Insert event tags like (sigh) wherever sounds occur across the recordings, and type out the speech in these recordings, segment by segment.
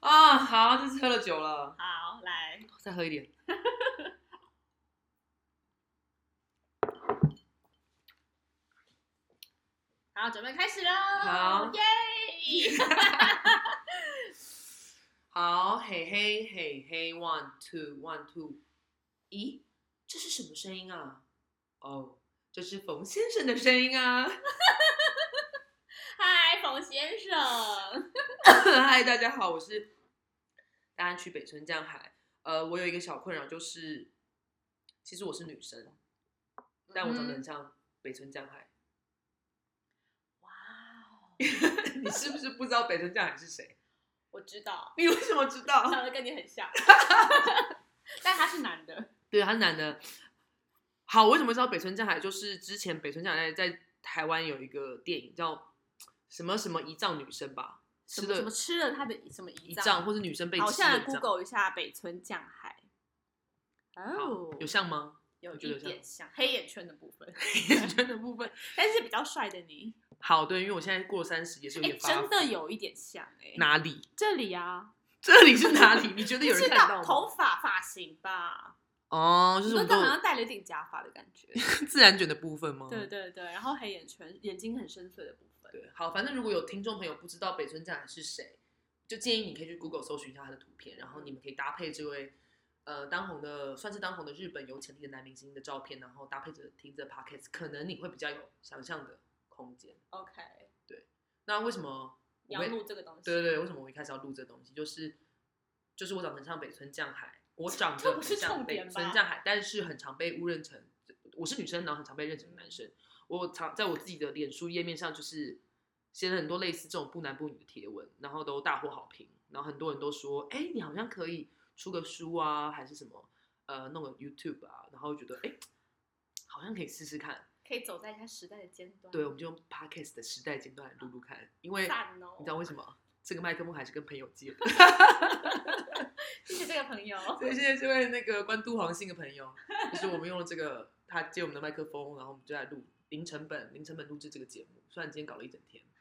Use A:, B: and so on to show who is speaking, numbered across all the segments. A: 啊好，这次喝了酒了，
B: 好，来，
A: 再喝一点。
B: 好，准备开始喽！
A: 好
B: 耶！ (laughs)
A: 好，嘿嘿嘿嘿，one two one two，咦，这是什么声音啊？哦，这是冯先生的声音啊！ (laughs)
B: 嗨，冯先生，
A: 嗨，大家好，我是大安区北村江海。呃，我有一个小困扰，就是其实我是女生，但我长
B: 嗯
A: 得很像北村江海。 (laughs)
B: 哇哦，
A: 你是不是不知道北村江海是谁？
B: 我知
A: (laughs)
B: 道，
A: 你为什么知道？
B: 长得跟你很
A: (laughs)
B: 像，但他是男的，
A: 对，他是男的。好，我为什么知道北村匠海？就是之前北村匠海在台湾有一个电影叫什么什么一丈女生吧，
B: 什
A: 吃
B: 么什么
A: 的
B: 吃了他的什么
A: 一
B: 胰
A: 丈，
B: 脏？啊
A: 或是女生被吃
B: 好，我
A: 了一
B: 现在
A: 丈。
B: Google 一下北村降海。哦
A: 好，有像吗？ (laughs)
B: 有
A: 我觉得
B: 一点像黑眼圈的部
A: (laughs)
B: 分，
A: 真的部分。
B: 但是比较帅的你，
A: 好，对，因为我现在过三十也是有
B: 哎，
A: 点发
B: 真的有一点像哎，
A: 哪里？ (laughs)
B: 这里啊，
A: 这里是哪里？你觉得有
B: 不
A: 人
B: 知
A: 看到
B: 道
A: 吗？
B: 头发发型吧，
A: 哦，就是我
B: 你
A: 们
B: 都
A: 都嗯
B: 好像戴了一顶假发的感觉。
A: 有自然卷的部分吗？
B: 对对对，然后黑眼圈、眼睛很深邃的部分。
A: 对，好，反正如果有听众朋友不知道北村匠海是谁，就建议你可以去 Google 搜寻一下他的图片，然后你们可以搭配这位呃当红的，算是当红的日本有潜力的男明星的照片，然后搭配着听着 Pockets，可能你会比较有想象的空间。
B: OK，
A: 那为什么我
B: 要
A: 会？
B: 录这个东西。
A: 对对对，为什么我一开始要录这东西？就是就是我长得很像北村匠海，我长
B: 这
A: 得
B: 不
A: 很
B: 是
A: 像
B: 重
A: 北
B: 点
A: 村
B: 吧
A: 匠海，但是很常被误认成我是女生，然后很常被认成男生。我常在我自己的脸书页面上，就是写了很多类似这种不男不女的贴文，然后都大获好评，然后很多人都说，哎、你好像可以出个书啊，还是什么，呃，弄个 YouTube 啊，然后觉得，哎、好像可以试试看。
B: 可以走在它时代的尖端。
A: 对，我，们就用 Podcast 的时代阶段来录录看，因为
B: 赞哦！
A: 你知道为什么？这个麦克风还是跟朋友借的。
B: 谢谢这个
A: (laughs)
B: 朋友。
A: 所以现在这位那个关都皇信的朋友，就是我们用了这个，他借我们的麦克风，然后我们就来录零成本、零成本录制这个节目。虽然今天搞了一整天，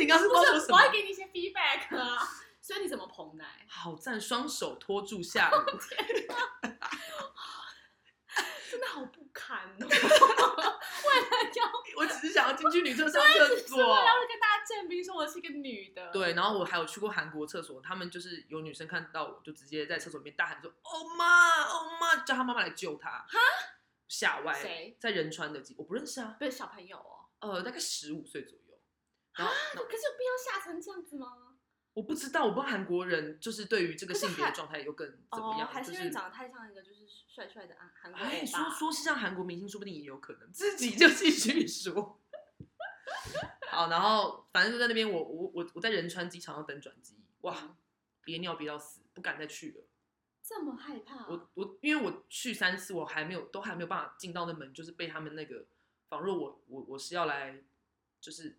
A: 你刚刚是
B: 不
A: 不知道
B: 是，
A: 说什
B: 我要
A: 么？
B: 给你一些 feedback
A: (laughs)
B: 啊。所以你怎么捧奶？
A: 好赞，双手托住下颚。
B: 真的好不堪
A: (laughs)
B: 哦！为了要，
A: (laughs) 我只是想要进去女厕上
B: 我只
A: 厕
B: 是为了
A: 所。
B: 要跟大家证明说我是一个女的。
A: 对，然后我还有去过韩国厕所，他们就是有女生看到我就直接在厕所里面大喊说“哦妈，哦妈”，叫她妈妈来救她。哈，吓歪，
B: 谁？
A: 在仁川的几，我不认识啊，
B: 不是小朋友哦。
A: 呃，大概十五岁左右。然后，然后
B: 可是有必要吓成这样子吗？
A: 我不知道，我不知道韩国人就是对于这个
B: 可是
A: 性别
B: 还
A: 的状态又更怎么样，
B: 哦、还
A: 就是
B: 因为长得太像一个就是帅帅的啊韩国
A: 哎，
B: 欧
A: 说
B: 巴。
A: 说是像韩国明星，说不定也有可能自己就继续说。 (laughs) 好，然后反正就在那边，我我我我在仁川机场要等转机，哇，憋尿憋到死，不敢再去了。
B: 这么害怕、
A: 我我因为我去三次，我还没有都还没有办法进到那门，就是被他们那个仿若我我我是要来就是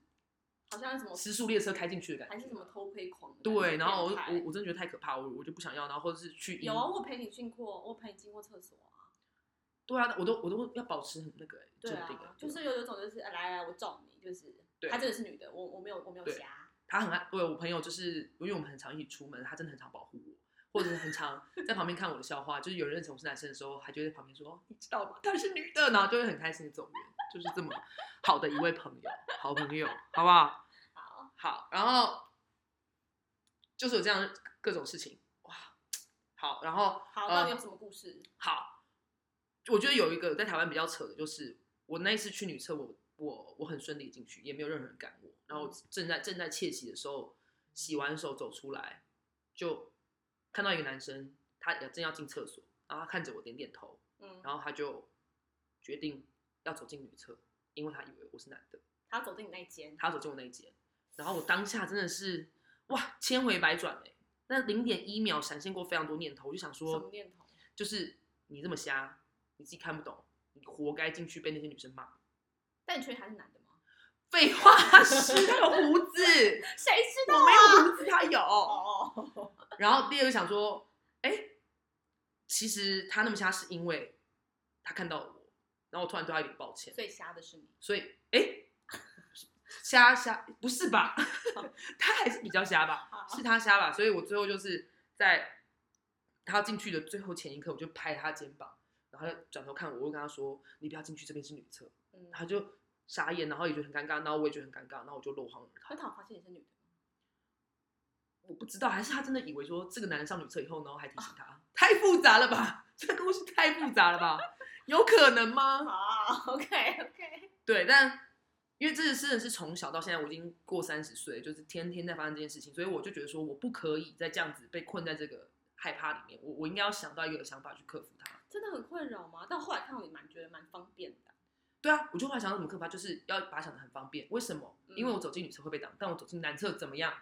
B: 好像什么
A: 失速列车开进去的感
B: 哦
A: 觉，
B: 还是什么偷窥狂的感觉。
A: 对，然后我
B: 变态
A: 我我真的觉得太可怕，我我就不想要，然后或者是去医
B: 有啊，我陪你进过，我陪你进过厕所啊。
A: 对啊，我都我都要保持很那个、欸、
B: 对
A: 镇定
B: 啊，就是有有种就是哎来来，我罩你，就是
A: 对
B: 她真的是女的，我我没有我没有
A: 对
B: 瞎。
A: 他很爱，对我朋友就是因为我们很常一起出门，他真的很常保护我，或者是很
B: (laughs)
A: 常在旁边看我的笑话。就是有人认成我是男生的时候，还就会在旁边说：“你知道吗？她是女的。”然后就会很开心的走人，就是
B: (laughs)
A: 这么好的一位朋友，好朋友，好不好？
B: 好，
A: 好，然后就是有这样各种事情，哇，好，然后
B: 好，
A: 呃
B: 到底有什么故事？
A: 好，我觉得有一个在台湾比较扯的，就是我那一次去女厕，我我我很顺利进去，也没有任何人赶我。然
B: 嗯
A: 后我正在正在窃喜的时候，洗完手走出来，就看到一个男生，他也正要进厕所，然后他看着我点点头，
B: 嗯，
A: 然后他就决定要走进女厕，因为他以为我是男的，
B: 她走进你那一间，
A: 他要走进我那一间。然后我当下真的是哇，千回百转哎、那零点一秒闪现过非常多念头，我就想说
B: 什么念头？
A: 就是你这么瞎，你自己看不懂，你活该进去被那些女生骂。
B: 但你确定他是男的吗？
A: 废话是他有胡子，
B: 谁知
A: 我
B: 道啊？
A: 没有胡子，他有。
B: 哦哦，
A: 然后第二个想说，哎、其实他那么瞎是因为他看到了我，然后我突然对他有点抱歉，
B: 最瞎的是你，
A: 所以哎、瞎瞎不是吧？ (laughs) 他还是比较瞎吧？
B: 好
A: 是他瞎吧？所以我最后就是在他要进去的最后前一刻，我就拍他肩膀，然后他就转头看我，我就跟他说：“你不要进去，这边是女厕。”
B: 嗯，
A: 他就傻眼，然后也觉得很尴尬，然后我也觉得很尴尬，然后我就落荒
B: 会。
A: 而逃
B: 他有发现你是女的吗？
A: 我不知道，还是他真的以为说这个男人上女厕以后，然后还提醒
B: (laughs)
A: 他，太复杂了吧？ (laughs) 这个故事太复杂了吧？有可能吗？
B: 好，OK OK，
A: 对，但因为这个真的是从小到现在，我已经过三十岁，就是天天在发生这件事情，所以我就觉得说，我不可以再这样子被困在这个害怕里面，我我应该要想到一个想法去克服它。
B: 真的很困扰吗？但后来看到你蛮觉得蛮方便的，
A: 对啊，我就后来想到怎么克服它，就是要把它想的很方便。为什么？
B: 嗯
A: 因为我走进女厕会被挡，但我走进男厕怎么样？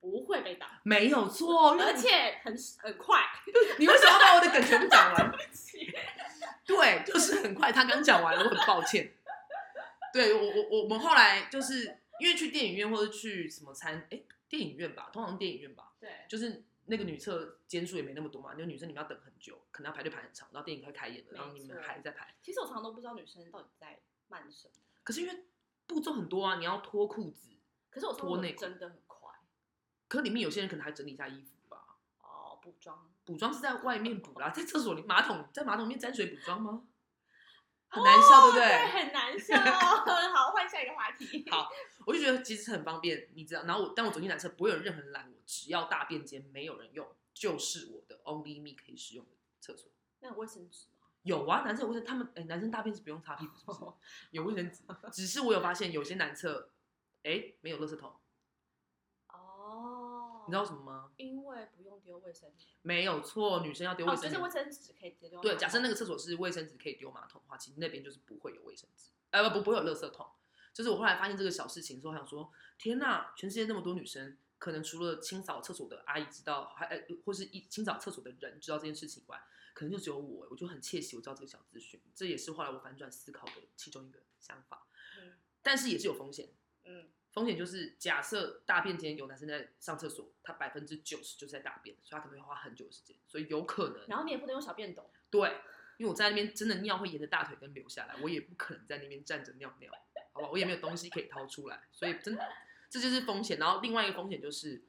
B: 不会被打，
A: 没有错，因为
B: 而且很很快。 (laughs)
A: 你为什么要把我的梗全部讲完？
B: 对
A: 对，就是很快，他刚讲完了，我很抱歉。对我我我我们后来就是因为去电影院或者去什么餐，哎，电影院吧，通常电影院吧，就是那个女厕间数也没那么多嘛，那个女生你们要等很久，可能要排队排很长，然后电影快开演了，然后你
B: 没
A: 们
B: 错
A: 还在排。
B: 其实我常常都不知道女生到底在慢什么，
A: 可是因为步骤很多啊，你要脱裤子，
B: 可是我
A: 脱
B: 脱
A: 内
B: 内
A: 裤
B: 真的很快
A: 可里面有些人可能还整理一下衣服吧。
B: 哦，补妆
A: 补妆是在外面补啦，在厕所里马桶在马桶里面沾水补妆吗？很难笑，对不对？
B: 哦很难笑。哦
A: (laughs)
B: (laughs) 好，换下一个话题。
A: 好我就觉得其实很方便，你知道。然后我当我走进男厕，不会有任何人拦我，只要大便间没有人用，就是我的 only me 可以使用的厕所。
B: 那有卫生纸吗？
A: 有啊，男生有卫生，他们哎、男生大便是不用擦屁股，是不是？
B: 哦
A: 有卫生纸，只是我有发现有些男厕，哎、没有垃圾桶，
B: 哦，
A: 你知道为什么吗？
B: 因为不用丢卫生纸，
A: 没有错，女生要丢
B: 哦，
A: 卫
B: 就
A: 生纸。
B: 是卫生纸可以直接丢。
A: 对，假设那个厕所是卫生纸可以丢马桶的话，其实那边就是不会有卫生纸，呃，不不会有垃圾桶。就是我后来发现这个小事情的时候，想说，天呐，全世界那么多女生，可能除了清扫厕所的阿姨知道，还呃，或是一清扫厕所的人知道这件事情以外，可能就只有我，我就很窃喜，我知道这个小资讯，这也是后来我反转思考的其中一个想法。
B: 嗯
A: 但是也是有风险，
B: 嗯，
A: 风险就是假设大便间有男生在上厕所，他百分之九十就是在大便，所以他可能会花很久的时间，所以有可能
B: 然后你也不能用小便斗，
A: 对，因为我在那边真的尿会沿着大腿根流下来，我也不可能在那边站着尿尿，好吧，我也没有东西可以掏出来，所以真的这就是风险。然后另外一个风险就是，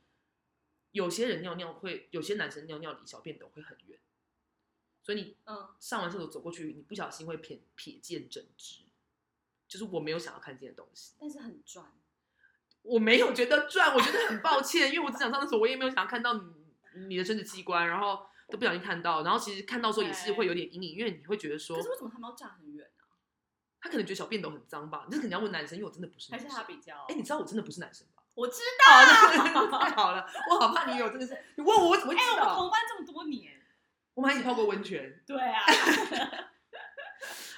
A: 有些人尿尿会，有些男生尿尿离小便斗会很远，所以你
B: 嗯，
A: 上完厕所走过去，你不小心会瞥瞥见整只，就是我没有想要看见的东西。
B: 但是很赚，
A: 我没有觉得赚，我觉得很抱歉，因为我只想上厕所，我也没有想要看到你你的生殖器官，然后都不小心看到，然后其实看到的时候也是会有点阴影，因为你会觉得说
B: 可，是为什么他们要站很远啊？
A: 他可能觉得小便斗很脏吧，这肯定要问男生，因为我真的不是
B: 还
A: 男
B: 是
A: 生。
B: 他比较？
A: 哎、你知哦道我真的不是男生
B: (laughs)
A: 吧？
B: 我知
A: 好
B: 道，
A: 的，太好了，我好怕你有，真的是你问我，我怎么会
B: 哎、
A: 知
B: 我们
A: 道？
B: 同班这么多年，
A: 我们还一起泡过温泉。
B: 对啊，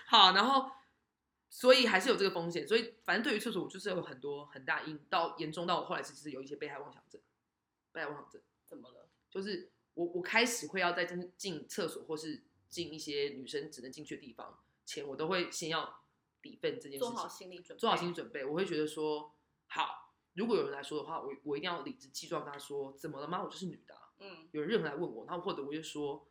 A: 好，然后所以还是有这个风险，所以反正对于厕所，我就是有很多很大阴到严重到我后来其实有一些被害妄想症，被害妄想症。
B: 怎么了？
A: 就是我我开始会要在进进厕所或是进一些女生只能进去的地方前，我都会先要抵奋这件事
B: 做
A: 情，
B: 好心理准备，
A: 做好心理准备。我会觉得说，好，如果有人来说的话，我我一定要理直气壮跟他说，怎么了吗？我就是女的啊、
B: 嗯，
A: 有人任何来问我，然后或者我就说，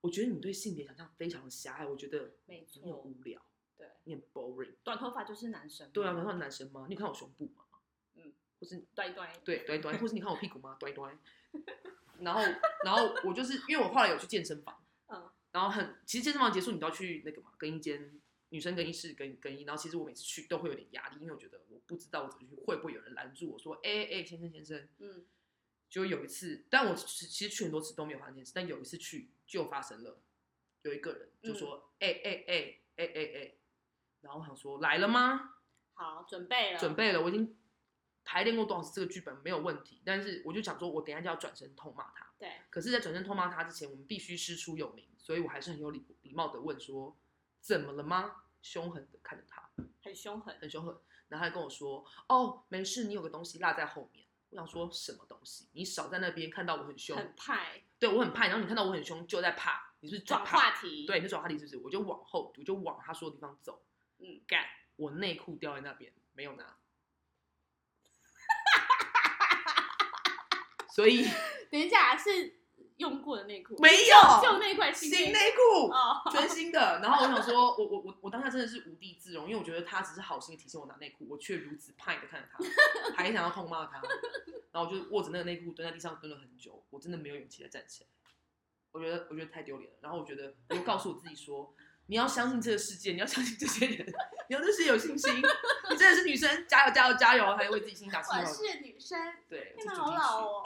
A: 我觉得你对性别想象非常狭隘，我觉得
B: 没错
A: 你很无聊，
B: 对，
A: 你很 boring。
B: 短头发就是男生，
A: 对啊，难道男生吗？你有看我胸部吗？
B: 嗯，
A: 或是
B: 短一短，
A: 对，端一端，或是你看我屁股吗？端一端。然后，然后我就是因为我后来有去健身房，
B: 嗯，
A: 然后很其实健身房结束你都要去那个嘛更衣间，女生更衣室更更衣，然后其实我每次去都会有点压力，因为我觉得我不知道我怎么去，会不会有人拦住我说，哎、哎、先生先生，
B: 嗯，
A: 就有一次，但我其其实去很多次都没有发生这件事，但有一次去就发生了，有一个人就说，哎哎哎哎哎哎，然后我想说来了吗？
B: 好，准备了，
A: 准，备了，我已经排练过多少次这个剧本没有问题，但是我就想说，我等一下就要转身痛骂他。
B: 对，
A: 可是，在转身痛骂他之前，我们必须师出有名，所以我还是很有礼礼貌的问说：“怎么了吗？”凶狠的看着他，
B: 很凶狠，
A: 很凶狠。然后他还跟我说：“哦，没事，你有个东西落在后面。”我想说什么东西？你少在那边看到我很凶，
B: 很派，
A: 对我很怕。然后你看到我很凶，就在怕，你是不是
B: 转
A: 怕
B: 话题，
A: 对，，你就转话题是不是？我就往后，我就往他说的地方走，
B: 嗯，
A: 干，我内裤掉在那边，没有拿。所以
B: 等一下是用过的内裤，
A: 没
B: 旧
A: 有
B: 内裤，
A: 新内
B: 内
A: 裤，
B: 哦，
A: 全新的。然后我想说，我我我我当下真的是无地自容，因为我觉得他只是好心提醒我拿内裤，我却如此派的看着他，还想要痛骂他。然后我就握着那个内裤蹲在地上蹲了很久，我真的没有勇气再站起来。我觉得我觉得太丢脸了。然后我觉得我就告诉我自己说，你要相信这个世界，你要相信这些人，你要对自己有信心。你真的是女生，加油加油加油！还为自己心 (laughs) 打气
B: 我
A: 哦。
B: 是女生，
A: 对，
B: 天哪，好老哦，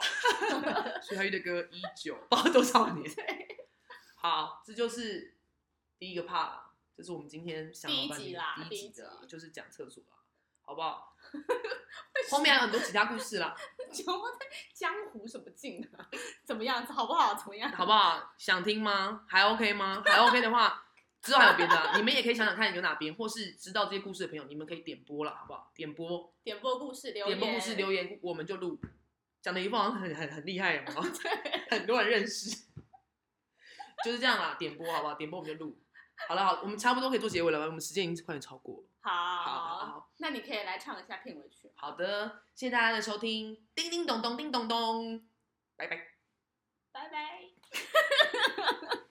A: 徐怀钰的歌一九不知道多少
B: (laughs)
A: 年。好，这就是第一个 part，啦这是我们今天想
B: 第一
A: 老半
B: 集
A: 天
B: 啦
A: 第
B: 第
A: 一
B: 一
A: 集的啦
B: 集
A: 就是讲厕所啦，好
B: (laughs)
A: 不好？后面还有很多其他故事啦，
B: 什哦么江湖什么劲啊？ (laughs) 怎么样？好不好？怎么样？
A: 好不好？想听吗？还 OK 吗？还 OK 的话，之后还有别的啊，你们也可以想想看有哪边，或是知道这些故事的朋友，你们可以点播啦，好不好？点播，
B: 点播故事留言，
A: 点播故事留言，我们就录。讲的一副好像很很很厉害，有
B: (laughs)
A: 没有很多人认识，就是这样啦。点播好不好？点播我们就录。好了，好，我们差不多可以做结尾了吧？我们时间已经快点超过了。好好
B: 好，
A: 好，
B: 那你可以来唱一下片尾曲。
A: 好的，谢谢大家的收听，叮叮咚咚，叮咚咚，拜拜。
B: 拜拜。